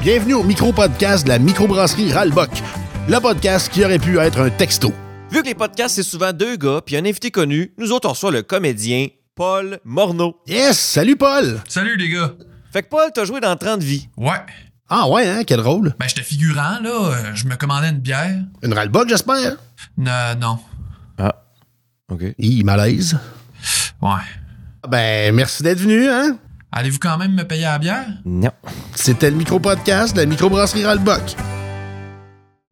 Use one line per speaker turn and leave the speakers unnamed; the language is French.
Bienvenue au micro-podcast de la microbrasserie Ralbock, le podcast qui aurait pu être un texto.
Vu que les podcasts, c'est souvent deux gars puis un invité connu, nous autres, on reçoit le comédien Paul Morneau.
Yes! Salut Paul!
Salut les gars.
Fait que Paul, t'as joué dans 30 vies.
Ouais.
Ah ouais, hein, quel rôle?
Ben j'étais figurant là, Euh, je me commandais une bière.
Une Ralbock, j'espère?
Non, non.
OK.
Hi, malaise.
Ouais.
Ben, merci d'être venu, hein?
Allez-vous quand même me payer la bière
Non.
C'était le micro-podcast de la microbrasserie Ralbock.